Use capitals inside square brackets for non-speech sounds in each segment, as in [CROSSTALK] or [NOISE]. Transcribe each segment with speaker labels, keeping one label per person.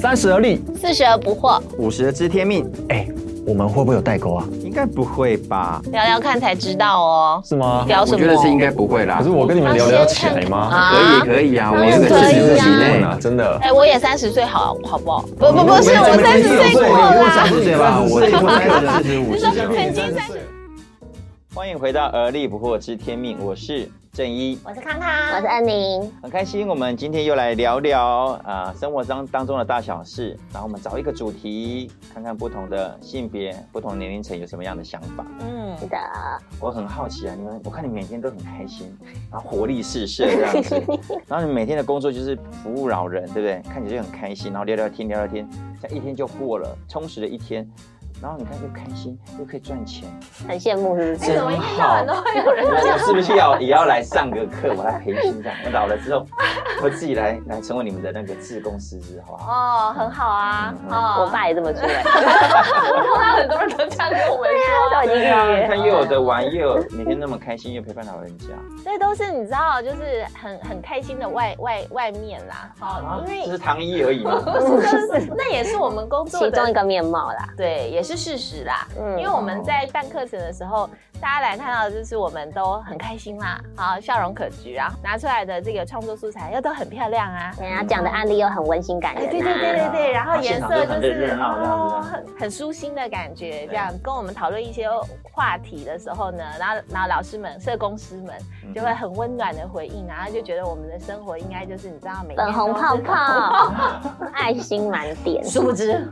Speaker 1: 三十而立，
Speaker 2: 四十而不惑，
Speaker 3: 五十知天命，
Speaker 1: 哎，我们会不会有代沟啊？
Speaker 3: 应该不会吧？
Speaker 2: 聊聊看才知道哦。
Speaker 1: 是吗？
Speaker 2: 聊什
Speaker 4: 我
Speaker 2: 么？
Speaker 4: 觉得是应该不会啦
Speaker 1: 可是。我跟你们聊聊起来吗？
Speaker 2: 啊
Speaker 4: 可以可以啊，我
Speaker 2: 当然
Speaker 4: 这个
Speaker 2: 可
Speaker 4: 四
Speaker 2: 以
Speaker 4: 十
Speaker 2: 啊
Speaker 4: 几内
Speaker 1: 啊，真的。
Speaker 2: 哎、我也三十岁，好好不好？
Speaker 4: 哦
Speaker 2: 不不不是，
Speaker 1: 你
Speaker 2: 我
Speaker 1: 们
Speaker 2: 三十岁过
Speaker 3: 我
Speaker 2: 啦
Speaker 3: 三。十岁吧，我过三十五
Speaker 2: 你
Speaker 3: 十
Speaker 2: 说。曾经三十，
Speaker 3: 欢迎回到《而立不惑知天命》，我是正一，
Speaker 2: 我是康康，
Speaker 5: 我是恩宁，
Speaker 3: 很开心我们今天又来聊聊啊、生活当当中的大小事，然后我们找一个主题，看看不同的性别、不同年龄层有什么样的想法。
Speaker 2: 嗯，
Speaker 5: 是的，
Speaker 3: 我很好奇啊，你们，我看你每天都很开心，然后活力四射这样
Speaker 2: [LAUGHS]
Speaker 3: 子，然后你每天的工作就是服务老人，对不对？看起来就很开心，然后聊聊天，聊聊天，这样一天就过了，充实了一天。然后你看又开心，又可以赚
Speaker 2: [LAUGHS]
Speaker 3: 钱，
Speaker 5: 很羡慕是不
Speaker 2: 哎
Speaker 5: 是？
Speaker 2: 怎么一天到晚都会有人
Speaker 3: 我是不是要也要来上个课，我来培训一下？我老了之后，我自己来来成为你们的那个志工师资，好不好？
Speaker 2: [LAUGHS] 哦，很好啊，哦，
Speaker 5: [LAUGHS] 我爸也这么
Speaker 2: [LAUGHS]
Speaker 5: 说，
Speaker 2: 我碰到很多人都这样跟我们
Speaker 5: 都已经
Speaker 3: 对
Speaker 5: 预
Speaker 3: 啊，你
Speaker 5: 约。
Speaker 3: 看又有的玩，又有每天那么开心，又陪伴老
Speaker 2: [LAUGHS]
Speaker 3: 人家，
Speaker 2: 说，这都是你知道，就是很很开心的外外外面啦，
Speaker 3: 啊
Speaker 2: 哦，因
Speaker 3: 这
Speaker 2: 为
Speaker 3: 是糖衣而已嘛。
Speaker 2: 不是就是那也是我们工作
Speaker 5: 其中一
Speaker 2: 的，
Speaker 5: 个面貌啦，
Speaker 2: 对，也是事实啦。
Speaker 5: 嗯，
Speaker 2: 因为我们在办课程的时候，大家来看到的就是我们都很开心啦，好笑容可掬，然后拿出来的这个创作素材又都很漂亮啊，
Speaker 5: 人家讲的案例又很温馨感
Speaker 2: 哎，
Speaker 5: 人、啊，
Speaker 2: 对对对对对，然后颜色就
Speaker 3: 现场就很
Speaker 2: 是
Speaker 3: 热闹这样子
Speaker 2: 哦，很很舒心的感觉，这样跟我们讨论一些话题的时候呢，然后然后老师们、社工师们
Speaker 3: 嗯
Speaker 2: 就会很温暖的回应，然后就觉得我们的生活应该就是你知道每天
Speaker 5: 粉红
Speaker 2: 都是
Speaker 5: 泡，泡， [LAUGHS] 爱心满点，
Speaker 2: 殊不知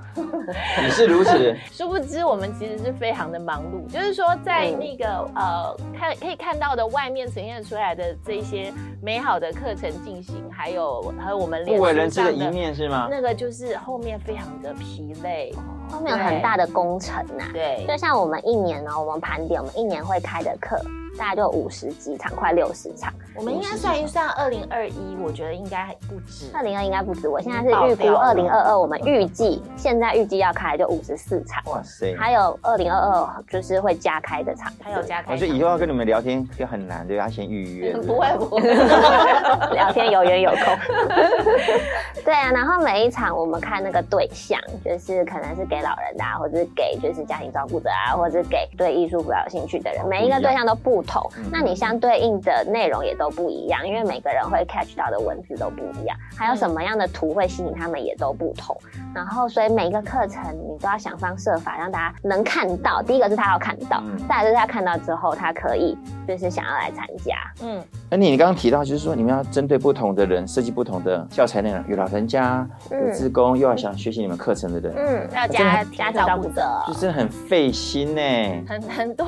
Speaker 3: 你是如
Speaker 2: [LAUGHS]
Speaker 3: 此，
Speaker 2: 殊不知，我们其实是非常的忙碌，就是说，在
Speaker 3: 嗯
Speaker 2: 那个、呃，看可以看到的外面呈现出来的这一些美好的课程进行，还有还有我们
Speaker 3: 不
Speaker 2: 脸
Speaker 3: 为
Speaker 2: 书
Speaker 3: 人知的
Speaker 2: 上
Speaker 3: 一
Speaker 2: 的
Speaker 3: 面啊是吗？
Speaker 2: 那个，就是后面非常的疲累，
Speaker 5: 后面有很大的工程呐、
Speaker 2: 对
Speaker 5: 就像我们一年呢、哦我们盘点我们一年会开的课，大概就五十几场，快六十场。
Speaker 2: 我们应该算一算二零二一，我觉得应该还不止。
Speaker 5: 二零二应该不止，我现在是
Speaker 2: 爆
Speaker 5: 预估
Speaker 2: 掉了
Speaker 5: 二零二二，我们预计现在预计要开就五十四场，
Speaker 3: 哇塞！
Speaker 5: 还有二零二二就是会加开的场，
Speaker 2: 还有加
Speaker 3: 我
Speaker 2: 开
Speaker 3: 说
Speaker 2: 场，嗯
Speaker 3: 以后要跟你们聊天就很难，对吧？要先预约。
Speaker 2: 不会不
Speaker 3: [LAUGHS]
Speaker 2: 会，
Speaker 5: [LAUGHS] 聊天有缘有 [LAUGHS] 空。对啊，然后每一场我们看那个对象，就是可能是给老人的、啊，或者是给就是家庭照顾者啊，或者是给对艺术比较有兴趣的人，每一个对象都不同
Speaker 3: 嗯，
Speaker 5: 那你相对应的内容也都不一样，因为每个人会 catch 到的文字都不一样，还有什么样的图会吸引他们也都不同。然后，所以每一个课程你都要想方设法让大家能看到，第一个是他要看到
Speaker 3: 嗯，
Speaker 5: 再来就是他看到之后，他可以就是想要来参加。
Speaker 2: 嗯，
Speaker 3: 那你你刚刚提到，就是说你们要针对不同的人设计不同的教材内容，有老人家，有志工，又要想学习你们课程的人，
Speaker 5: 嗯，
Speaker 2: 要加
Speaker 5: 家
Speaker 2: 加
Speaker 5: 庭
Speaker 2: 照
Speaker 5: 照
Speaker 2: 顾
Speaker 5: 顾
Speaker 2: 者
Speaker 5: 者。。
Speaker 3: 就真的很费心呢。
Speaker 2: 很很多，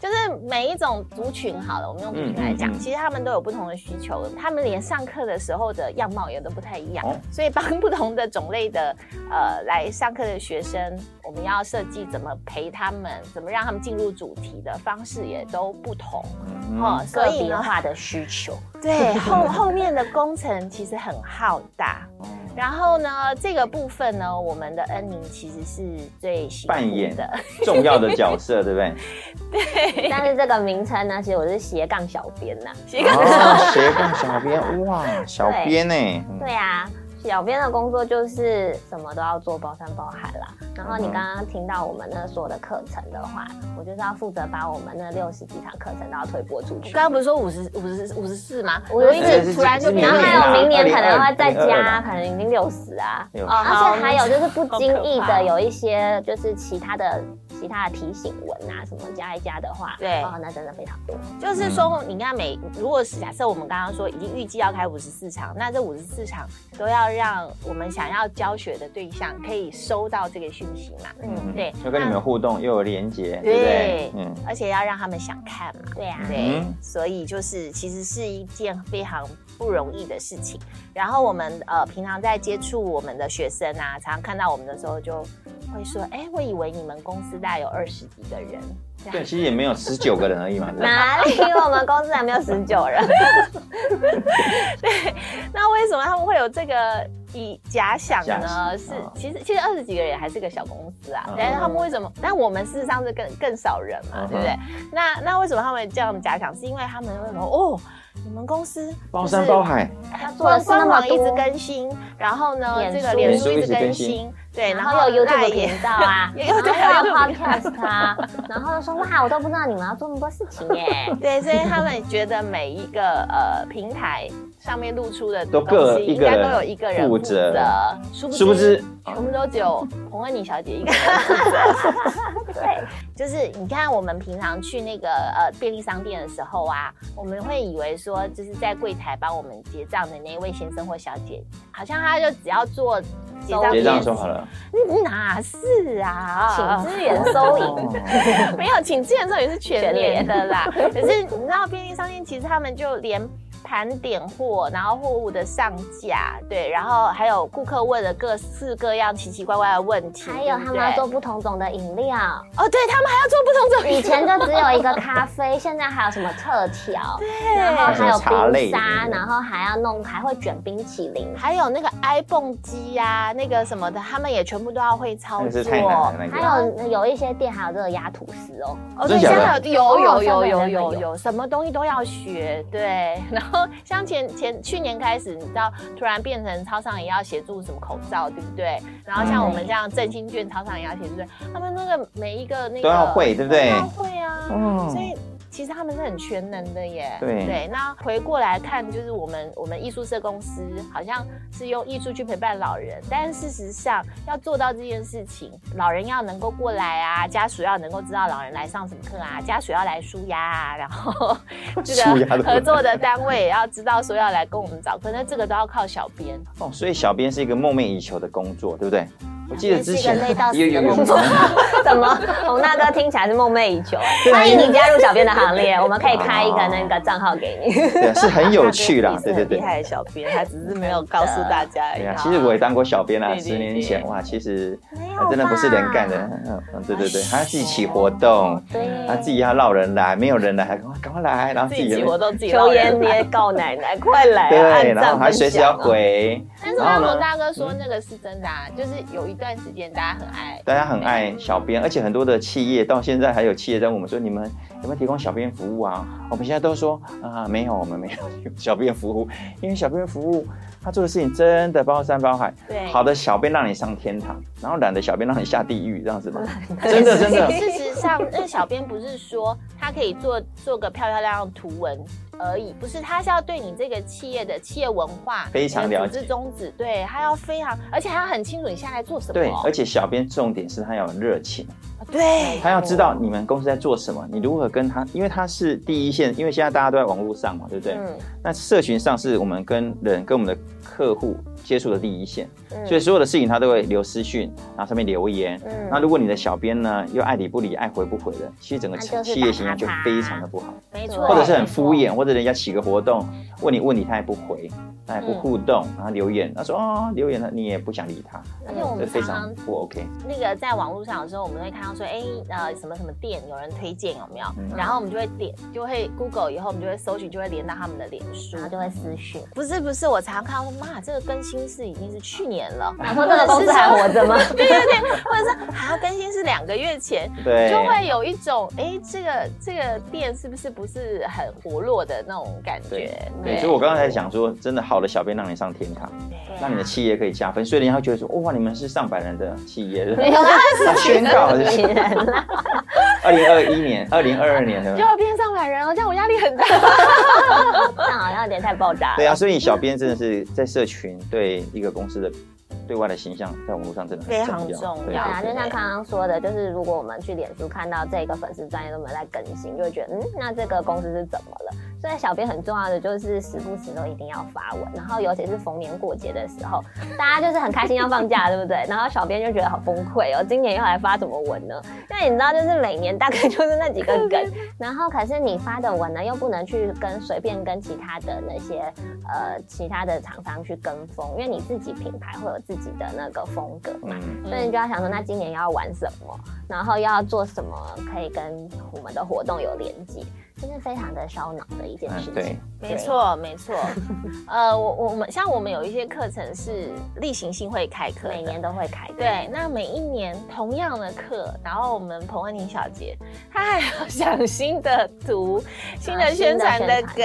Speaker 2: 就是每一种族群好了，我们用族群来讲，
Speaker 3: 嗯嗯嗯
Speaker 2: 其实他们都有不同的需求，他们连上课的时候的样貌也都不太一样，
Speaker 3: 哦
Speaker 2: 所以帮不同的种类的呃来上课的学生，我们要设计怎么陪他们，怎么让他们进入主题的方式也都不同
Speaker 3: 嗯
Speaker 2: 哦，所
Speaker 5: 个
Speaker 2: 以
Speaker 5: 别
Speaker 2: 呢，
Speaker 5: 化的需求，
Speaker 2: [LAUGHS] 对后后面的工程其实很浩大。然后呢，这个部分呢，我们的恩宁其实是最辛苦
Speaker 3: 扮演
Speaker 2: 的，
Speaker 3: 重要的角色，对不对？
Speaker 5: [LAUGHS] 但是这个名称呢，其实我是斜杠小编呐、
Speaker 2: 斜杠
Speaker 3: 哦，斜杠小编，哇，小编呢？嗯
Speaker 5: 对啊，小编的工作就是什么都要做，包山包海啦。然后你
Speaker 3: 嗯哼
Speaker 5: 刚刚听到我们那所有的课程的话，我就是要负责把我们那六十几堂课程都要推播出
Speaker 2: 我
Speaker 5: 去
Speaker 2: 刚。刚不是说五十五十五十四吗？
Speaker 5: 54
Speaker 2: 我啊一直突然就变
Speaker 5: 然
Speaker 2: 成
Speaker 5: 后
Speaker 3: 对
Speaker 5: 还
Speaker 3: 啦
Speaker 5: 有明年可能会再
Speaker 3: 2022啦
Speaker 5: 加，可能已经六十啊。
Speaker 3: 有
Speaker 2: 哦
Speaker 5: 而且还有就是不经意
Speaker 2: 好可怕
Speaker 5: 的有一些就是其他的其他的提醒文啊什么加一加的话，
Speaker 2: 对
Speaker 5: 哦，那真的非常多。
Speaker 2: 就是说，你看每如果是假设我们刚刚说已经预计要开五十四场，那这五十四场都要让我们想要教学的对象可以收到这个讯息嘛，
Speaker 3: 嗯
Speaker 2: 对
Speaker 3: 又跟你们有互动，又有连接，对不
Speaker 2: 对
Speaker 3: 对？嗯，
Speaker 2: 而且要让他们想看嘛。
Speaker 5: 对啊，
Speaker 2: 对
Speaker 3: 嗯，
Speaker 2: 所以就是其实是一件非常不容易的事情。然后我们呃平常在接触我们的学生啊，常常看到我们的时候就会说，哎，我以为你们公司大概有二十几个人，
Speaker 3: 对，其实也没有十九个人而已嘛，对不对
Speaker 5: 哪里？我们
Speaker 2: [LAUGHS]
Speaker 5: 公司还没有十九人。
Speaker 2: 那为什么他们会有这个以假想
Speaker 3: 假
Speaker 2: 呢
Speaker 3: 想
Speaker 2: 是
Speaker 3: 嗯，
Speaker 2: 其实其实二十几个人也还是个小公司啊
Speaker 3: 嗯，
Speaker 2: 但是他们为什么？但我们事实上是更更少人嘛，
Speaker 3: 嗯
Speaker 2: 对不对？那那为什么他们叫我们假想？是因为他们会说哦，你们公司
Speaker 3: 包山包
Speaker 2: 海。
Speaker 3: 海，
Speaker 5: 他做
Speaker 2: 官
Speaker 5: 的是那
Speaker 2: 官
Speaker 5: 么
Speaker 2: 网一直
Speaker 5: 多，
Speaker 2: 更新，然后呢，
Speaker 5: 脸
Speaker 2: 这
Speaker 5: 书
Speaker 2: 个脸书一
Speaker 3: 脸书一
Speaker 2: 直
Speaker 3: 直
Speaker 2: 更
Speaker 3: 更新
Speaker 2: 新，对，
Speaker 5: 然
Speaker 2: 然
Speaker 5: 后
Speaker 2: 后
Speaker 5: 有
Speaker 2: Line
Speaker 5: YouTube
Speaker 2: 也
Speaker 5: 频道 [LAUGHS] 啊，
Speaker 2: 也有对
Speaker 5: 然后还有
Speaker 2: 还有。
Speaker 5: Podcast 啊，然后说哇，我都不知道你们要做那么多事情 [LAUGHS] 耶
Speaker 2: 对，所以他们觉得每一个呃平台上面露出的
Speaker 3: 都
Speaker 2: 东
Speaker 3: 各
Speaker 2: 西，
Speaker 3: 一
Speaker 2: 应
Speaker 3: 个
Speaker 2: 该
Speaker 3: 人
Speaker 2: 都有一个人
Speaker 3: 负
Speaker 2: 负
Speaker 3: 责
Speaker 2: 责，殊
Speaker 3: 殊不知
Speaker 2: 我们都只有洪恩妮小姐
Speaker 3: [LAUGHS]
Speaker 2: 一个人负责。对，就是你看我们平常去那个呃便利商店的时候啊，我们会以为说就是在柜台帮我们结账的那位先生或小姐，好像他就只要做结账
Speaker 3: 结账
Speaker 2: 电
Speaker 3: 就好了。
Speaker 2: 嗯哪是啊？
Speaker 5: 请支援 [LAUGHS] 收银，
Speaker 3: 哦
Speaker 2: [LAUGHS] 没有，请支援的时候也是全
Speaker 5: 全
Speaker 2: 年
Speaker 5: 年
Speaker 2: 的啦。 [LAUGHS] 可是你知道便利商店其实他们就连盘点货，然后货物的上架，对，然后还有顾客问的各式各样奇奇怪怪的问题，
Speaker 5: 还有他们
Speaker 2: 对不对
Speaker 5: 要做不同种的饮料，
Speaker 2: 哦，对他们还要做不同种
Speaker 5: 以前就只有一个咖啡，现在还有什么特调，然后
Speaker 2: 对。
Speaker 5: 还有
Speaker 3: 茶类
Speaker 5: 冰
Speaker 3: 的
Speaker 5: 沙，然后还要弄，还会卷冰淇淋，
Speaker 2: 还有那个 iPhone 机呀、那个什么的，他们也全部都要会操
Speaker 3: 那个
Speaker 2: 作
Speaker 3: 是。太难了，那
Speaker 5: 还
Speaker 3: 个
Speaker 5: 有有一些店还有这个鸭吐司哦，
Speaker 2: 哦，
Speaker 3: 真
Speaker 2: 对，现
Speaker 3: 假的
Speaker 2: 在有有有有有
Speaker 5: 哦上面
Speaker 2: 有
Speaker 5: 有
Speaker 2: 有，什么东西都要学，对。 [LAUGHS] 然后像前前去年开始，你知道突然变成超商也要协助什么口罩，对不对？然后像我
Speaker 3: 嗯
Speaker 2: 们这样振兴券超商也要协助，对他们那个每一个那个
Speaker 3: 都要会对不对
Speaker 2: 都要会啊，
Speaker 3: 哦
Speaker 2: 所以。其实他们是很全能的耶，
Speaker 3: 对
Speaker 2: 对。那回过来看，就是我们我们艺术社公司好像是用艺术去陪伴老人，但事实上要做到这件事情，老人要能够过来啊，家属要能够知道老人来上什么课啊，家属要来舒压啊，然后这
Speaker 3: 舒压
Speaker 2: 个
Speaker 3: 的
Speaker 2: 合作的单位也要知道说要来跟我们找课，那这个都要靠小编。
Speaker 3: 哦，所以小编是一个梦寐以求的工作，对不对？我记得之前
Speaker 5: 小编是一个累
Speaker 3: [LAUGHS]
Speaker 5: 到死的
Speaker 3: 有有有
Speaker 5: 工作怎么？洪大哥听起来是梦寐以求，
Speaker 3: 对啊
Speaker 5: 欢迎
Speaker 3: 因为啊
Speaker 5: 你加入小编的行列，我们可以开一个那个账号给你。 [LAUGHS]
Speaker 3: 对，啊是很有趣啦
Speaker 2: 他，是
Speaker 3: 对
Speaker 2: 很
Speaker 3: 对对
Speaker 2: 厉。害的小编，他只是没有告诉大家而已。
Speaker 3: 对啊，其实我也当过小编啦，
Speaker 2: 对对
Speaker 3: 十年前
Speaker 2: 对
Speaker 3: 哇，其实
Speaker 5: 没
Speaker 3: 啊真的不是人干的，嗯嗯，对对对，还要自己起活动，
Speaker 5: 哦 [LAUGHS] 对，
Speaker 3: 他自己要绕人来，没有人来还赶快赶快来，然后
Speaker 2: 自
Speaker 3: 自己
Speaker 2: 己起
Speaker 3: 也没
Speaker 2: 活动自己
Speaker 5: 求
Speaker 2: 捞人
Speaker 5: 爷爷告奶奶，快来、啊！
Speaker 3: 对，
Speaker 5: 按
Speaker 3: 然后
Speaker 5: 赞
Speaker 3: 还随时要
Speaker 5: 分享啊。
Speaker 3: 回，
Speaker 2: 但是
Speaker 3: 然
Speaker 2: 刚
Speaker 3: 后
Speaker 2: 刚
Speaker 3: 呢
Speaker 2: 大哥说那个是真的啊，就是有一段时间大家很爱，
Speaker 3: 大家很爱小编，而且很多的企业到现在还有企业在问我们说，你们有没有提供小编服务啊？我们现在都说啊，没有，我们没有提供小编服务，因为小编服务他做的事情真的包山包海。
Speaker 2: 对
Speaker 3: 好的小编让你上天堂，然后懒的小编让你下地狱，这样子吗？ [LAUGHS] 真的真的，
Speaker 2: 事实上，那小编不是说他可以做做个漂漂亮亮的图文而已，不是，他是要对你这个企业的企业文化、
Speaker 3: 非常
Speaker 2: 你的
Speaker 3: 了
Speaker 2: 组织
Speaker 3: 解
Speaker 2: 宗旨，对他要非常，而且他要很清楚你现在在做什么。
Speaker 3: [LAUGHS] 对，而且小编重点是他要有热情，
Speaker 2: 对
Speaker 3: 他要知道你们公司在做什么，你如何跟他，因为他是第一线，因为现在大家都在网络上嘛，对不对？
Speaker 2: 嗯
Speaker 3: 那社群上是我们跟人跟我们的客户接触的第一线，
Speaker 2: 嗯
Speaker 3: 所以所有的事情他都会留私讯，然后上面留言。
Speaker 2: 嗯
Speaker 3: 那如果你的小编呢又爱理不理、爱回不回的，其实整个
Speaker 5: 那就是
Speaker 3: 企业形象就
Speaker 5: 打他
Speaker 3: 非常的不好，
Speaker 2: 没
Speaker 5: 对
Speaker 2: 错，
Speaker 3: 或者是很敷衍，或者人家起个活动问你问题他也不回，他也不互动，
Speaker 2: 嗯
Speaker 3: 然后留言，他说哦留言了你也不想理他，
Speaker 2: 而且我
Speaker 3: 这
Speaker 2: 们
Speaker 3: 非
Speaker 2: 常
Speaker 3: 常
Speaker 2: 嗯
Speaker 5: [LAUGHS]
Speaker 2: 常
Speaker 3: 不 OK。
Speaker 2: 那个在网络上有时候我们会看到说，哎、呃，什么什么店有人推荐有没有？
Speaker 3: 嗯
Speaker 2: 然后我们就会点，就会 Google 以后我们就会搜寻，就会连到他们的脸书
Speaker 5: 然。后就会私讯，
Speaker 2: 不是不是，我常看到说，妈，这个更新是已经是去年 [LAUGHS] 了，
Speaker 5: 想说这个公司还活
Speaker 3: [LAUGHS]
Speaker 5: 着吗？
Speaker 2: 对对对，或者是还要更新是两个月前，
Speaker 3: 对，
Speaker 2: [LAUGHS] 就会有一种哎，这个这个店是不是不是很活络的那种感觉？
Speaker 3: 对，所以我刚才想说，真的好的小编让你上天堂，让你的企业可以加分，所以人家会觉得说，哇，你们是上百人的企业， [LAUGHS]
Speaker 5: 没有
Speaker 3: 他宣告的
Speaker 5: 几
Speaker 3: 是
Speaker 5: 人
Speaker 3: [LAUGHS]
Speaker 5: 啦，
Speaker 3: 二零二一年、二零二二年
Speaker 2: 就
Speaker 3: [LAUGHS] 的。
Speaker 2: 要变上百人哦，这样我压力很大。
Speaker 5: 但好像有点太爆炸了。
Speaker 3: 对啊，所以小编真的是在社群对一个公司的对外的形象，在网络上真的很
Speaker 2: 非常
Speaker 3: 重要。
Speaker 2: 重
Speaker 3: 对
Speaker 5: 对啊，
Speaker 2: 要
Speaker 5: 就
Speaker 3: 对
Speaker 5: 像刚刚说的，就是如果我们去脸书看到这个粉丝专业都没有在更新，就会觉得嗯，那这个公司是怎么了？所以小编很重要的就是时不时都一定要发文，然后尤其是逢年过节的时候，大家就是很开心要放假，对不对？然后小编就觉得好崩溃哦，今年又来发什么文呢？因为你知道，就是每年大概就是那几个梗，然后可是你发的文呢，又不能去跟随便跟其他的那些呃其他的厂商去跟风，因为你自己品牌会有自己的那个风格嘛。
Speaker 3: 嗯，
Speaker 5: 所以你就要想说，那今年要玩什么，然后要做什么，可以跟我们的活动有连接。这是非常的烧脑的一件事
Speaker 3: 嗯，
Speaker 5: 情。
Speaker 3: 对，
Speaker 2: 没错，没错。呃，我我们像我们有一些课程是例行性会开课的，
Speaker 5: 每年都会开的。
Speaker 2: 对，那每一年同样的课，然后我们彭文婷小姐，她还要 [LAUGHS] 想新的图、新的宣传的
Speaker 5: 新的
Speaker 2: 梗，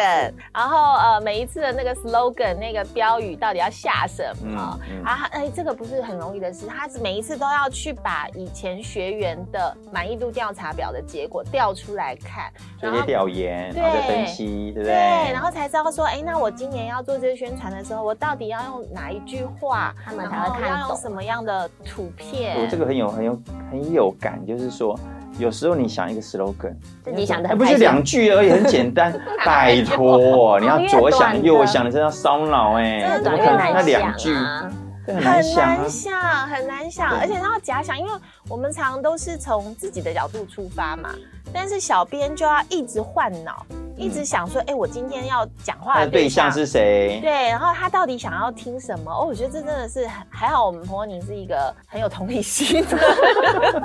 Speaker 2: 然后呃，每一次的那个 slogan、那个标语到底要下什么
Speaker 3: 嗯、嗯
Speaker 2: 啊？哎，这个不是很容易的事，她每一次都要去把以前学员的满意度调查表的结果调出来看，
Speaker 3: 做一些调研，
Speaker 2: 对
Speaker 3: 然后再分析，对不对？
Speaker 2: 对，然后才知道说，哎，那我今年要做这些宣传的时候，我到底要用哪一句话，
Speaker 5: 他们才
Speaker 2: 然
Speaker 5: 会
Speaker 2: 后
Speaker 5: 看
Speaker 2: 要用
Speaker 5: 懂
Speaker 2: 什么样的图片？
Speaker 3: 我这个很有很有很有感，就是说，有时候你想一个 slogan，
Speaker 5: 自己想的
Speaker 3: 哎那不就两句而已，很简
Speaker 2: [LAUGHS]
Speaker 3: 单。拜托，你要左想右想，你真的要烧脑哎，
Speaker 2: 真
Speaker 3: 怎
Speaker 2: 的
Speaker 3: 么可能
Speaker 5: 短片难
Speaker 3: 那两句
Speaker 5: 想啊，
Speaker 3: 对很
Speaker 2: 很
Speaker 3: 难想啊
Speaker 2: 难？想，很难想，
Speaker 3: 对
Speaker 2: 而且要假想，因为我们常都是从自己的角度出发嘛，但是小编就要一直换脑，一直想说，哎、我今天要讲
Speaker 3: 嗯
Speaker 2: 话
Speaker 3: 他
Speaker 2: 的
Speaker 3: 的对
Speaker 2: 象
Speaker 3: 象是谁？
Speaker 2: 啊对，然后他到底想要听什么？哦，我觉得这真的是很还好，我们彭博宁是一个很有同理心的，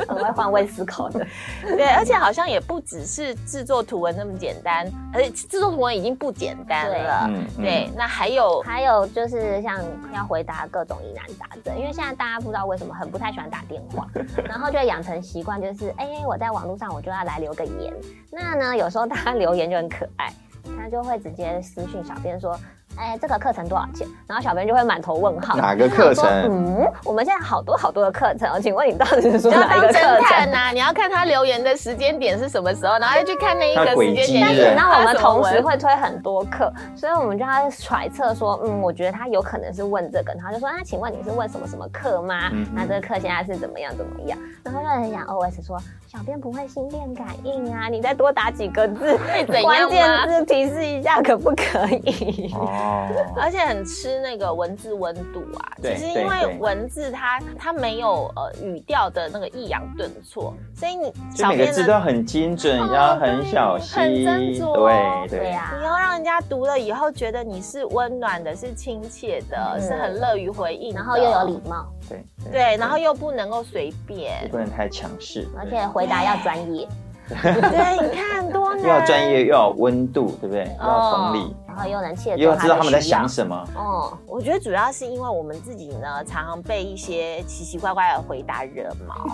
Speaker 5: 很会换位思考的。
Speaker 2: [LAUGHS] 对，而且好像也不只是制作图文那么简单，而且制作图文已经不简单了，
Speaker 3: 嗯嗯
Speaker 2: 对，那还有
Speaker 5: 还有就是像要回答各种疑难杂症，因为现在大家不知道为什么很不太喜欢打电话，然后就会养成习惯，就是哎、我在网络上我就要来留个言。那呢，有时候大家留言就很可爱，他就会直接私讯小编说。哎，这个课程多少钱？然后小编就会满头问号。
Speaker 3: 哪个
Speaker 5: 就想
Speaker 3: 课
Speaker 5: 说
Speaker 3: 程
Speaker 5: 嗯，我们现在好多好多的课程哦，请问你到底是说
Speaker 2: 你要
Speaker 5: 哪
Speaker 2: 当
Speaker 5: 一个课
Speaker 2: 侦
Speaker 5: 程
Speaker 2: 探？呐、啊你要看他留言的时间点是什么时候，然后要去看那一
Speaker 3: 他
Speaker 2: 个
Speaker 3: 轨
Speaker 2: 时间
Speaker 3: 迹
Speaker 2: 点。
Speaker 5: 但
Speaker 3: 对
Speaker 5: 是那我们同时
Speaker 2: 他什么文
Speaker 5: 会推很多课，所以我们就要揣测说，嗯，我觉得他有可能是问这个，然后就说，那请问你是问什么什么课吗？
Speaker 3: 嗯哼
Speaker 5: 那这个课现在是怎么样怎么样？然后就很想哦 OS 说，小编不会心电感应啊，你再多打几个字，
Speaker 2: 怎
Speaker 5: 关
Speaker 2: 样
Speaker 5: 键
Speaker 2: 吗？
Speaker 5: 字提示一下可不可以？
Speaker 3: 哦，
Speaker 2: 而且很吃那个文字温度啊，
Speaker 3: 对
Speaker 2: 其实因
Speaker 3: 对对
Speaker 2: 为文字它它没有呃语调的那个抑扬顿挫，所以你
Speaker 3: 就
Speaker 2: [LAUGHS] 小
Speaker 3: 每个
Speaker 2: 编
Speaker 3: 字都
Speaker 2: 呢，哦
Speaker 3: 很精准，要很小心，
Speaker 2: 很斟酌哦
Speaker 3: 对对。
Speaker 5: 呀、
Speaker 2: 你要让人家读了以后觉得你是温暖的，是亲切的，
Speaker 5: 嗯
Speaker 2: 是很乐于回应，
Speaker 5: 然后又有礼，貌，
Speaker 3: 对
Speaker 2: 对，然后又不能够随便
Speaker 3: 也， [LAUGHS] 不能太强势，
Speaker 5: 而且回答要专业，
Speaker 2: 对，你看多难，
Speaker 3: 又要专业，又要有温度，对不
Speaker 2: 哦
Speaker 3: 对？又要同理，
Speaker 5: 然后又能切
Speaker 3: 又要
Speaker 5: 中
Speaker 3: 知道他
Speaker 5: 的
Speaker 3: 们在
Speaker 5: 需要
Speaker 3: 想。什么。
Speaker 5: 哦，
Speaker 2: 我觉得主要是因为我们自己呢，常常被一些奇奇怪怪的回答惹
Speaker 3: [LAUGHS]
Speaker 2: 毛。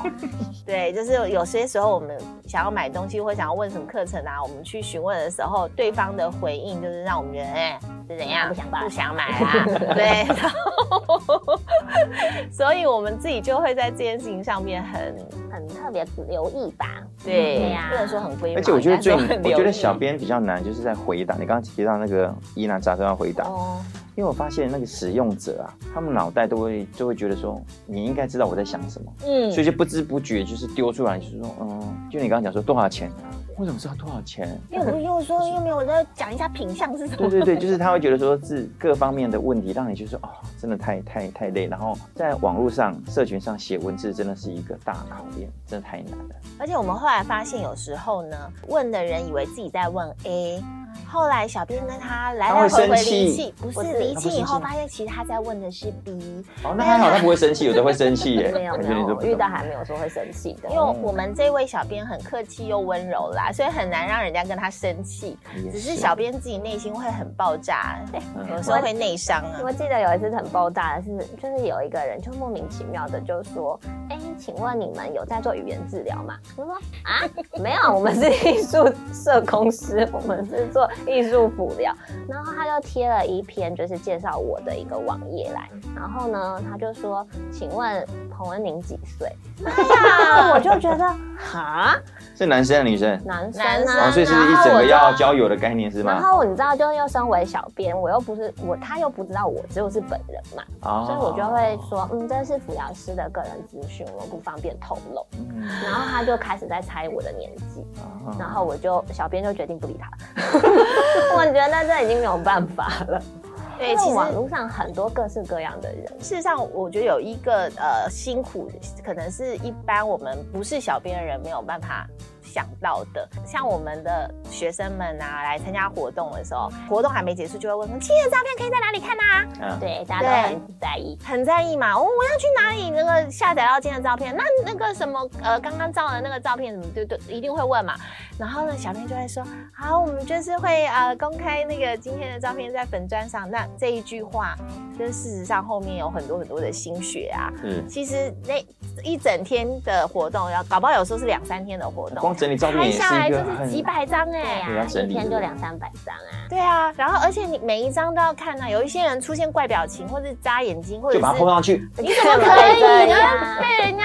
Speaker 2: 对，就是有些时候我们想要买东西或想要问什么课程啊，我们去询问的时候，对方的回应就是让我们觉得，哎、是怎样
Speaker 5: 不想买
Speaker 2: 不想买啦、
Speaker 3: [LAUGHS]
Speaker 2: 对，然后所以我们自己就会在这件事情上面很
Speaker 5: 很特别留意吧？
Speaker 2: 对
Speaker 5: 对呀
Speaker 2: 不能说很龟毛，
Speaker 3: 嗯而且我觉得最，
Speaker 2: 但是很
Speaker 3: 我
Speaker 2: 留
Speaker 3: 觉得
Speaker 2: 意
Speaker 3: 小编比较难，就是在回答。你刚刚提到那个疑难杂症要回答，
Speaker 5: 哦，
Speaker 3: 因为我发现那个使用者啊，他们脑袋都会就会觉得说，你应该知道我在想什么，
Speaker 2: 嗯
Speaker 3: 所以就不知不觉就是丢出来，就是说，嗯，就你刚刚讲说多少钱，我怎么知道多少钱？
Speaker 2: [LAUGHS] 因为我们又说又没有在讲一下品相是什
Speaker 3: 对
Speaker 2: 么，
Speaker 3: 对
Speaker 5: [LAUGHS]
Speaker 3: 对，就是他会觉得说是各方面的问题，让你就说哦，真的太太太累。然后在网络上、社群上写文字，真的是一个大考验，真的太难了。
Speaker 2: 而且我们后来发现，有时候呢，问的人以为自己在问 A，后来小编跟他来来回
Speaker 3: 他会
Speaker 2: 回
Speaker 3: 生气
Speaker 2: 离弃，不
Speaker 5: 不
Speaker 2: 是
Speaker 5: 是
Speaker 2: 离
Speaker 3: 他
Speaker 2: 弃
Speaker 3: 不
Speaker 2: 以后
Speaker 3: 生气
Speaker 2: 发现，其实他在问的是 B，
Speaker 3: 哦，那还好，他不会生气，有的会生气耶。
Speaker 5: [LAUGHS]
Speaker 3: [LAUGHS]
Speaker 5: 没有
Speaker 3: 感
Speaker 5: 没
Speaker 3: 觉
Speaker 5: 有，
Speaker 3: 你都
Speaker 5: 我
Speaker 3: 不
Speaker 5: 遇
Speaker 3: 懂
Speaker 5: 到还没有说会生气的，
Speaker 2: 因为
Speaker 3: 哦
Speaker 2: 我们这位小编很客气又温柔啦，所以很难让人家跟他生气。
Speaker 3: 也啊嗯
Speaker 2: 只是小编自己内心会很爆炸，有时
Speaker 5: 我
Speaker 2: 候会内伤啊。
Speaker 5: 我记得有一次很爆炸的是，就是有一个人就莫名其妙的就说：“哎、请问你们有在做语言治疗吗？”我说：“ [LAUGHS] 啊，没有，我们是艺术社公司，我们是做艺术辅疗。”然后他就贴了一篇就是介绍我的一个网页来，然后呢，他就说：“请问彭文宁几岁？”然后哎我就觉得 [LAUGHS] 哈，
Speaker 3: 是男生还是女生？
Speaker 5: 男生
Speaker 2: 男生
Speaker 5: 啊
Speaker 3: 哦，所以是一整个要交友的概念是
Speaker 5: 然
Speaker 3: 吗？
Speaker 5: 后你知道，就又身为小编，我又不是我，他又不知道我，只有是本人嘛，
Speaker 3: 哦
Speaker 5: 所以我就会说，嗯，这是辅疗师的个人资讯，我不方便透露。
Speaker 3: 嗯
Speaker 5: 然后他就开始在猜我的年纪，
Speaker 3: 哦
Speaker 5: 然后我就小编就决定不理他， [LAUGHS] 我觉得这已经没有办法 [LAUGHS] 了。
Speaker 2: 对，
Speaker 5: 因
Speaker 2: 其
Speaker 5: 为
Speaker 2: 实
Speaker 5: 网络上很多各式各样的人，
Speaker 2: 事实上，我觉得有一个呃辛苦，可能是一般我们不是小编的人没有办法想到的。像我们的学生们啊，来参加活动的时候，活动还没结束就会问说：“亲人照片可以在哪里看啊？”
Speaker 3: 嗯，
Speaker 5: 对，大家都很在意。
Speaker 2: 很在意嘛，哦，我要去哪里那个下载到今天的照片？那那个什么呃，刚刚照的那个照片怎么对对，一定会问嘛。然后呢，小编就会说，好，我们就是会呃公开那个今天的照片在粉砖上。那这一句话，就是事实上后面有很多很多的心血啊。
Speaker 3: 是。
Speaker 2: 其实那一整天的活动，要搞不好有时候是两三天的活动，
Speaker 3: 光整理照片
Speaker 2: 拍
Speaker 3: 也是
Speaker 2: 下来
Speaker 3: 一
Speaker 2: 就
Speaker 3: 个
Speaker 2: 是
Speaker 3: 很
Speaker 2: 几百张哎、
Speaker 5: 对
Speaker 3: 你要
Speaker 5: 啊，
Speaker 3: 整
Speaker 5: 一
Speaker 3: 理
Speaker 5: 天
Speaker 3: 对
Speaker 5: 就
Speaker 3: 不对
Speaker 5: 两三百张 [LAUGHS] 啊，
Speaker 2: 对啊，然后而且你每一张都要看啊，有一些人出现怪表情，或者眨眼睛，或者
Speaker 3: 就把它碰
Speaker 2: 是
Speaker 3: 上去，
Speaker 2: 你怎么可以
Speaker 5: 啊
Speaker 2: 呢？被人家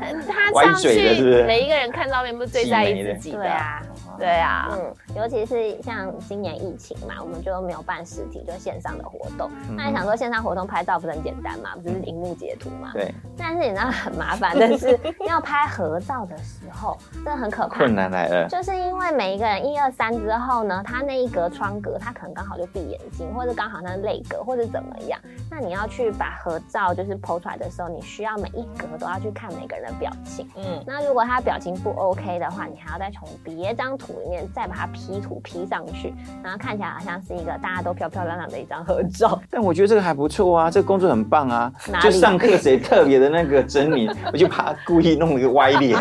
Speaker 2: 呃他
Speaker 3: 歪
Speaker 2: 上
Speaker 3: 嘴的是不
Speaker 2: 去，
Speaker 3: 是
Speaker 2: 每一个人看照片不是最在意自己
Speaker 5: 对
Speaker 2: 的？
Speaker 5: 啊，
Speaker 2: 对啊，
Speaker 5: 嗯，尤其是像今年疫情嘛，我们就没有办实体，就线上的活动。
Speaker 3: 嗯
Speaker 5: 那你想说线上活动拍照不是很简单嘛？不是荧幕截图嘛？
Speaker 3: 对，
Speaker 5: 但是你知道很麻烦的是，要拍合照的时候，真的很可怕
Speaker 3: 困。难来了，
Speaker 5: 就是因为每一个人一二三之后呢，他那一格窗格，他可能刚好就闭眼睛，或者刚好那泪格，或者怎么样。那你要去把合照就是剖出来的时候，你需要每一格都要去看每个人的表情。
Speaker 2: 嗯，
Speaker 5: 那如果他表情不 OK 的话，你还要再从别张图里面再把它 P 图 P 上去，然后看起来好像是一个大家都漂漂亮亮的一张合照。
Speaker 3: 但我觉得这个还不错啊，这个工作很棒啊
Speaker 5: 哪。里
Speaker 3: 就上课谁特别的那个整理， [LAUGHS] 我就怕他故意弄了一个歪脸，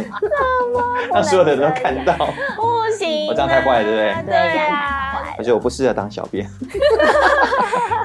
Speaker 3: 让所有的人都看到。
Speaker 2: 不行啊，
Speaker 3: 我这样太坏了对不
Speaker 5: 对这样
Speaker 2: 啊，
Speaker 5: 太坏
Speaker 3: 而且我不适合当小编，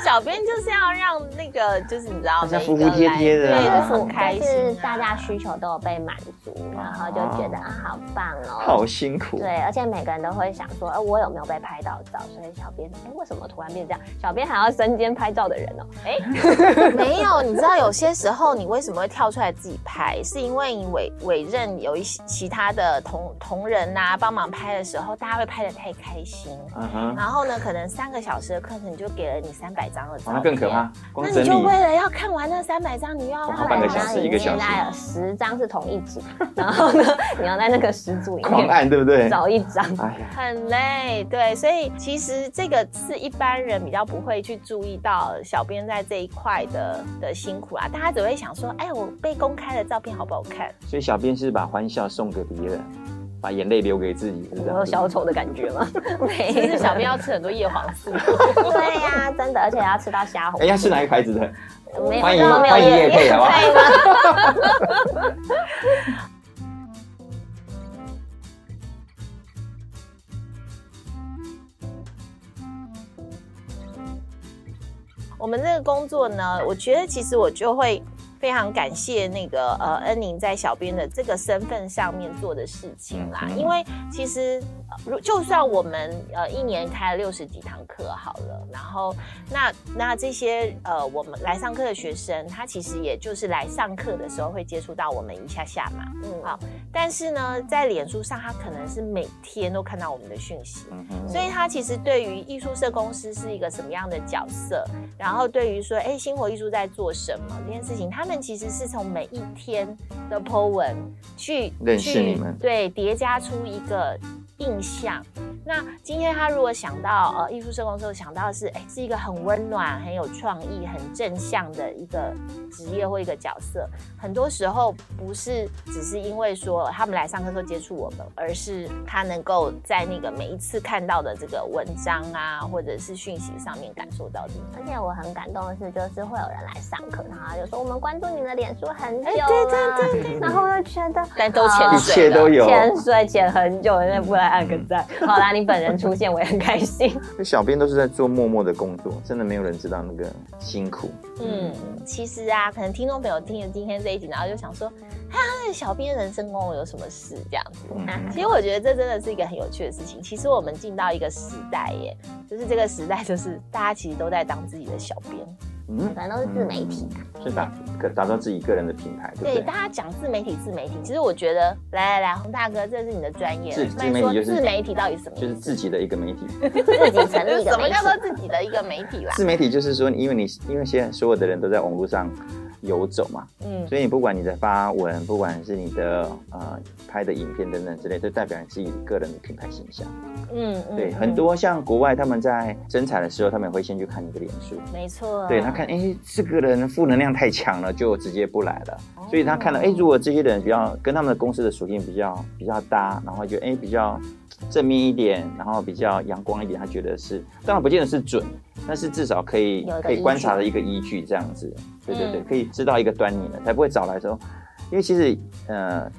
Speaker 2: 小编就是要让那个，就是你知道，
Speaker 3: 大家
Speaker 2: 每一
Speaker 3: 服服
Speaker 2: 个
Speaker 3: 帖
Speaker 2: 来
Speaker 3: 帖的
Speaker 2: 对，
Speaker 3: 啊
Speaker 2: 就是很开心啊，哦
Speaker 5: 就是大家需求都有被满足，然后就觉得啊好棒哦。
Speaker 3: 好辛苦。
Speaker 5: 对，而且每个人都会想说，哎、我有没有被拍到照？所以小编，哎、为什么突然变这样？小编还要身兼拍照的人哦、哎、
Speaker 2: 没有，你知道有些时候你为什么会跳出来自己拍，是因为你委委任有一些其他的同同仁呐、帮忙拍的时候，大家会拍的太开心。
Speaker 3: 嗯哼，
Speaker 2: 然后呢，可能三个小时的课程你就给了你三百张的
Speaker 3: 哇
Speaker 2: 照片，
Speaker 3: 那更可怕。，光
Speaker 2: 那
Speaker 3: 整
Speaker 2: 你就为
Speaker 3: 理，
Speaker 2: 了要看完那三百张，你又要
Speaker 3: 哦好半个小时
Speaker 5: 然后
Speaker 3: 一个小时
Speaker 5: 里面大概有十张是同一组，然后呢，你要在那个十组里
Speaker 3: 狂
Speaker 5: 面
Speaker 3: 按对不对？
Speaker 5: 找一张。
Speaker 3: 哎呀，
Speaker 2: 很累，对，所以其实这个是一般人比较不会去注意到小编在这一块的的辛苦啊，大家只会想说，哎，我被公开的照片好不好看？
Speaker 3: 所以小编是把欢笑送给别人，把眼泪留给自己，是这
Speaker 5: 有
Speaker 3: 样
Speaker 5: 有
Speaker 3: 子。
Speaker 5: 小丑的感觉
Speaker 2: [LAUGHS]
Speaker 5: 吗？没
Speaker 2: 其实
Speaker 5: 有。
Speaker 2: 哎小编要吃很多叶黄素。 [LAUGHS]
Speaker 5: 对呀、真的，而且要吃到虾红
Speaker 3: 哎，。要吃哪一个牌子的？
Speaker 5: 没有
Speaker 3: 欢迎
Speaker 5: 没有没有
Speaker 3: 欢迎叶配，好不好？
Speaker 2: 我们这个工作呢，我觉得其实我就会非常感谢那个呃恩宁在小编的这个身份上面做的事情啦，
Speaker 3: 嗯
Speaker 2: 因为其实呃如、就算我们呃一年开了六十几堂课好了，然后那那这些呃我们来上课的学生，他其实也就是来上课的时候会接触到我们一下下嘛，
Speaker 5: 嗯
Speaker 2: 好但是呢，在脸书上他可能是每天都看到我们的讯息，
Speaker 3: 嗯哼，
Speaker 2: 所以他其实对于艺术社公司是一个什么样的角色，然后对于说，哎，星火艺术在做什么这件事情，他们其实是从每一天的 po 文去
Speaker 3: 认识
Speaker 2: 去
Speaker 3: 你们
Speaker 2: 对，叠加出一个印象。那今天他如果想到呃艺术社工之后想到的是哎是一个很温暖、很有创意、很正向的一个职业或一个角色，很多时候不是只是因为说他们来上课时候接触我们，而是他能够在那个每一次看到的这个文章啊或者是讯息上面感受到这个。
Speaker 5: 而且我很感动的是，就是会有人来上课，然后他就说我们关注你的脸书很久了，
Speaker 2: 哎对对对
Speaker 5: 然后我就觉得
Speaker 2: 但都潜
Speaker 5: 哦
Speaker 3: 啊一
Speaker 2: 水
Speaker 3: 切
Speaker 2: 了
Speaker 3: 都有。
Speaker 5: 潜水潜很久，那不来按个赞。好啦，你本人出现我也很开心。
Speaker 3: 小编都是在做默默的工作，真的没有人知道那个辛苦。
Speaker 2: 嗯，其实啊，可能听众朋友听了今天这一集，然后就想说，哈，小编人生跟我有什么事这样子？
Speaker 3: 嗯哼
Speaker 2: 其实我觉得这真的是一个很有趣的事情。其实我们进到一个时代耶，就是这个时代，就是大家其实都在当自己的小编。
Speaker 3: 嗯
Speaker 5: [LAUGHS] 反正都是自媒体，
Speaker 3: 是打可打造自己个人的品牌，对不
Speaker 2: 对，
Speaker 3: 对
Speaker 2: 大？家讲自媒体，自媒体。其实我觉得，来来来，洪大哥，这是你的专业
Speaker 3: 自，
Speaker 2: 那
Speaker 3: 自
Speaker 2: 你
Speaker 3: 媒体
Speaker 2: 说
Speaker 3: 就是
Speaker 2: 自媒体到底是什么意
Speaker 3: 就是
Speaker 2: 思？
Speaker 3: 自己的一个媒体，
Speaker 5: 自己成立一
Speaker 2: [LAUGHS]
Speaker 5: 个
Speaker 2: 什么
Speaker 5: 媒体
Speaker 3: [LAUGHS]
Speaker 2: 叫。做自己的一个媒体啦？
Speaker 3: 自媒体就是说，因为你因为现在所有的人都在网络上游走嘛。
Speaker 2: 嗯，
Speaker 3: 所以你不管你的发文，不管是你的呃拍的影片等等之类，都代表你自己个人的品牌形象。
Speaker 2: [LAUGHS] 嗯嗯，
Speaker 3: 对，
Speaker 2: 嗯
Speaker 3: 很多像国外他们在征才的时候，他们也会先去看你的脸书。
Speaker 2: 嗯没错，
Speaker 3: 对他看，哎，这个人负能量太强了，就直接不来了。所以他看到，
Speaker 2: 哦嗯
Speaker 3: 哎，如果这些人比较跟他们的公司的属性比较比较搭，然后就哎比较正面一点，然后比较阳光一点，他觉得是，当然不见得是准，但是至少可以
Speaker 2: 有一个
Speaker 3: 可以
Speaker 2: 依
Speaker 3: 观
Speaker 2: 据
Speaker 3: 察的一个依据，这样子，对对对，
Speaker 2: 嗯
Speaker 3: 可以知道一个端倪了，才不会找来说，因为其实呃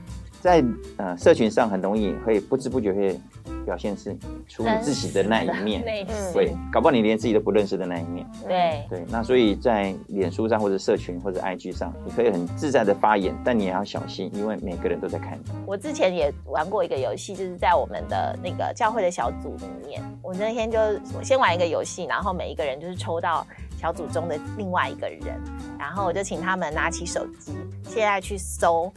Speaker 3: 在呃社群上很容易会不知不觉会表现是出你自己的那一面，
Speaker 2: 内心
Speaker 3: 对，搞不好你连自己都不认识的那一面。
Speaker 2: 对，
Speaker 3: 对，那所以在脸书上或者社群或者 IG 上，你可以很自在的发言，但你也要小心，因为每个人都在看你。
Speaker 2: 我之前也玩过一个游戏，就是在我们的那个教会的小组里面，我那天就我先玩一个游戏，然后每一个人就是抽到小组中的另外一个人，然后我就请他们拿起手机，现在去搜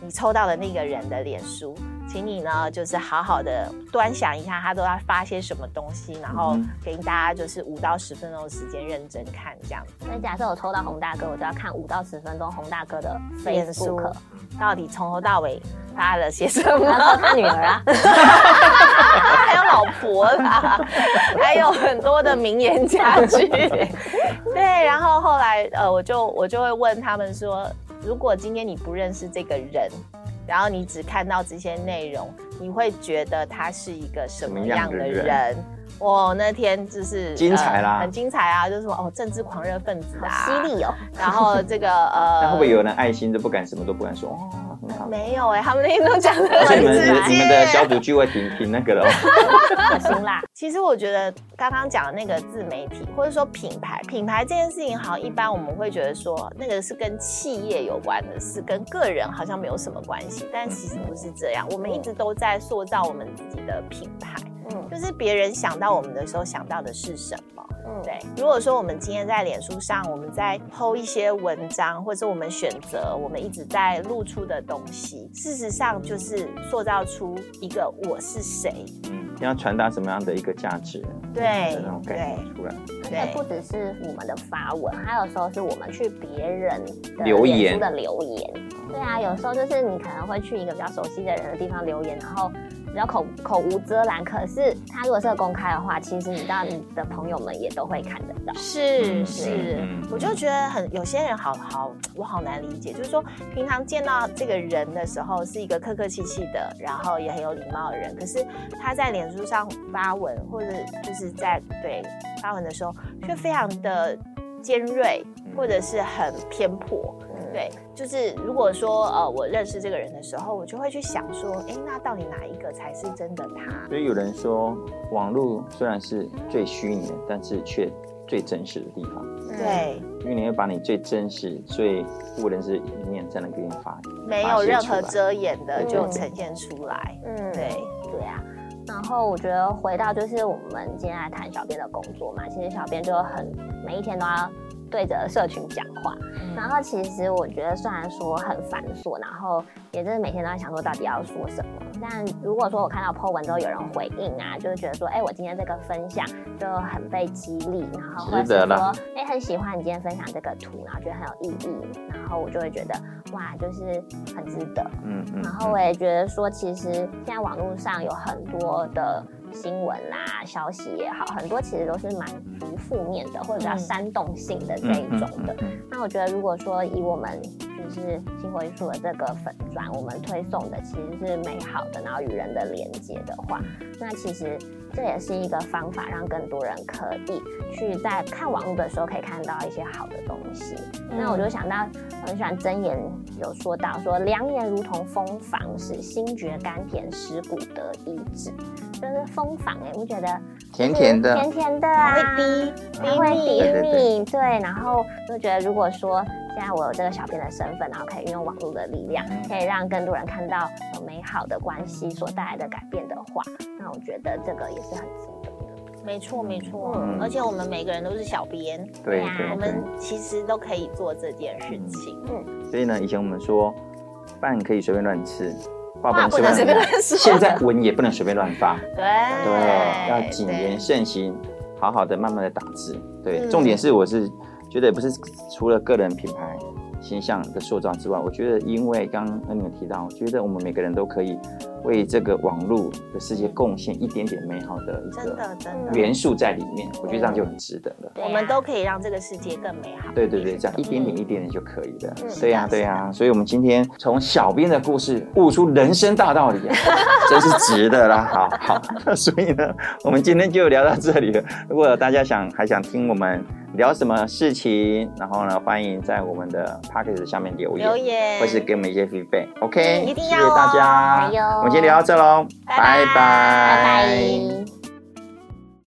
Speaker 2: 你抽到的那个人的脸书，请你呢就是好好的端详一下他都要发些什么东西，然后
Speaker 3: 嗯
Speaker 2: 给大家就是五到十分钟的时间认真看这样子。
Speaker 5: 所以假设我抽到洪大哥，我就要看五到十分钟洪大哥的
Speaker 2: 脸书
Speaker 5: Facebook，
Speaker 2: 到底从头到尾发了些什么？
Speaker 5: 然后他女儿啊，
Speaker 2: 还有老婆
Speaker 3: [LAUGHS]
Speaker 2: 啦，还有很多的名言佳句。对，然后后来呃，我就我就会问他们说，如果今天你不认识这个人，然后你只看到这些内容，你会觉得他是一个什么样
Speaker 3: 什
Speaker 2: 的
Speaker 3: 么样的
Speaker 2: 人？我那天就是
Speaker 3: 精彩啦
Speaker 2: 呃很精彩啊，就是说哦，政治狂热分子啊，
Speaker 5: 好犀
Speaker 2: [LAUGHS]
Speaker 5: 利哦，
Speaker 2: 然后这个呃，
Speaker 3: 那会不会有人爱心都不敢什么都不敢说？哦，很好。
Speaker 2: 没有哎、他们那天都讲的
Speaker 3: 而且
Speaker 2: 很
Speaker 3: 你们
Speaker 2: 直
Speaker 3: 你
Speaker 2: 接
Speaker 3: 们你们的小组聚会挺挺那个的哦。
Speaker 5: 可辛辣。
Speaker 2: 其实我觉得刚刚讲的那个自媒体或者说品牌，品牌这件事情好像一般我们会觉得说那个是跟企业有关的事，跟个人好像没有什么关系，但其实不是这样。我们一直都在塑造我们自己的品牌，
Speaker 5: 嗯
Speaker 2: 就是别人想到我们的时候想到的是什么。
Speaker 5: 嗯，
Speaker 2: 对，如果说我们今天在脸书上，我们在剖一些文章，或者我们选择我们一直在露出的东西，事实上就是塑造出一个我是谁。
Speaker 3: 嗯，要传达什么样的一个价值？
Speaker 2: 对
Speaker 3: 那种概念出来。
Speaker 5: 而且
Speaker 2: 对
Speaker 5: 不只是我们的发文，还有时候是我们去别人的
Speaker 3: 留言
Speaker 5: 脸书的留言。对啊，有时候就是你可能会去一个比较熟悉的人的地方留言，然后比较口口无遮拦。可是他如果是个公开的话，其实你知道你的朋友们也都会看得到。
Speaker 2: 是
Speaker 3: 嗯
Speaker 2: 是
Speaker 3: 嗯，
Speaker 2: 我就觉得很有些人好好，我好难理解，就是说平常见到这个人的时候是一个客客气气的，然后也很有礼貌的人，可是他在脸书上发文或者就是在对发文的时候，却非常的尖锐
Speaker 3: 嗯
Speaker 2: 或者是很偏颇。
Speaker 5: 嗯，
Speaker 2: 对，就是如果说呃我认识这个人的时候，我就会去想说，哎，那到底哪一个才是真的他？
Speaker 3: 所以有人说，网络虽然是最虚拟的，但是却最真实的地方，
Speaker 2: 对，
Speaker 3: 因为你会把你最真实、最不人知的一面在那边发言。
Speaker 2: 没
Speaker 3: 发
Speaker 2: 有
Speaker 3: 泄
Speaker 2: 任
Speaker 3: 出
Speaker 2: 何
Speaker 3: 来
Speaker 2: 遮掩的
Speaker 5: 嗯
Speaker 2: 就呈现出来。
Speaker 5: 嗯，
Speaker 2: 对。
Speaker 5: 对啊。然后我觉得回到就是我们今天来谈小编的工作嘛，其实小编就很每一天都要对着社群讲话。
Speaker 3: 嗯
Speaker 5: 然后其实我觉得虽然说很繁琐，然后也就是每天都在想说到底要说什么。但如果说我看到 po 文之后有人回应啊，就是觉得说，哎、我今天这个分享就很被激励，然后或者
Speaker 3: 值得
Speaker 5: 是说
Speaker 3: 啦，
Speaker 5: 哎、很喜欢你今天分享这个图，然后觉得很有意义，然后我就会觉得哇，就是很值得。
Speaker 3: 嗯嗯。
Speaker 5: 然后我也觉得说，其实现在网络上有很多的新闻啦、消息也好，很多其实都是蛮于负面的，或者比较
Speaker 2: 嗯
Speaker 5: 煽动性的这
Speaker 3: 嗯
Speaker 5: 一种的。
Speaker 3: 嗯嗯嗯
Speaker 5: 那我觉得，如果说以我们就是新回数的这个粉砖，我们推送的其实是美好的，然后与人的连接的话，那其实这也是一个方法，让更多人可以去在看网络的时候可以看到一些好的东西。那
Speaker 2: 嗯
Speaker 5: 我就想到，我很喜欢箴言有说到说，良言如同蜂房，使心觉甘甜，食骨得以止。就是蜂房哎、欸，我觉得
Speaker 3: 甜甜的，
Speaker 5: 甜甜的啊，
Speaker 2: 会滴
Speaker 5: 他会
Speaker 2: 滴
Speaker 5: 逼
Speaker 2: 蜜
Speaker 3: 对对
Speaker 5: 你，对，然后就觉得如果说现在我有这个小编的身份，然后可以运用网络的力量，可以让更多人看到有美好的关系所带来的改变的话，那我觉得这个也是很值得的。
Speaker 2: 没错没错，
Speaker 5: 嗯
Speaker 2: 而且我们每个人都是小编，
Speaker 3: 对
Speaker 5: 呀
Speaker 3: 对
Speaker 2: 我
Speaker 3: 对嗯
Speaker 2: 们。其实都可以做这件事情。
Speaker 3: 所以呢，以前我们说饭可以随便乱吃，话
Speaker 2: 话
Speaker 3: 不能随便乱
Speaker 2: 说
Speaker 3: 说，现在文也不能随便乱 [LAUGHS] 发，
Speaker 2: 对
Speaker 3: 对，要谨言慎行，好嗯好的慢慢的打字。对，重点是我是觉得不是除了个人品牌形象的塑造之外，我觉得因为刚刚恩有提到，我觉得我们每个人都可以为这个网络的世界贡献一点点美好的一
Speaker 2: 真
Speaker 3: 个
Speaker 2: 的真的，
Speaker 3: 元素在里面，我觉得这样就很值得了。
Speaker 5: 对啊
Speaker 2: 我们都可以让这个世界更美好。
Speaker 3: 对对对，这样一点点一点点就可以了
Speaker 2: 嗯。
Speaker 3: 对呀、对呀、所以我们今天从小编的故事悟出人生大道理、
Speaker 2: [LAUGHS]
Speaker 3: 啊，真是值得啦。好好， [LAUGHS] 那所以呢，我们今天就聊到这里了。如果大家想还想听我们聊什么事情，然后呢，欢迎在我们的 p o c k e t 下面留言，
Speaker 2: 留言
Speaker 3: 或是给我们一些 feedback。OK，
Speaker 2: 一定
Speaker 3: 谢
Speaker 2: 要
Speaker 3: 谢
Speaker 2: 哦
Speaker 3: 大家，
Speaker 5: 哎呦
Speaker 3: 我们今天聊到这喽，
Speaker 2: 拜拜
Speaker 3: 拜
Speaker 5: 拜拜。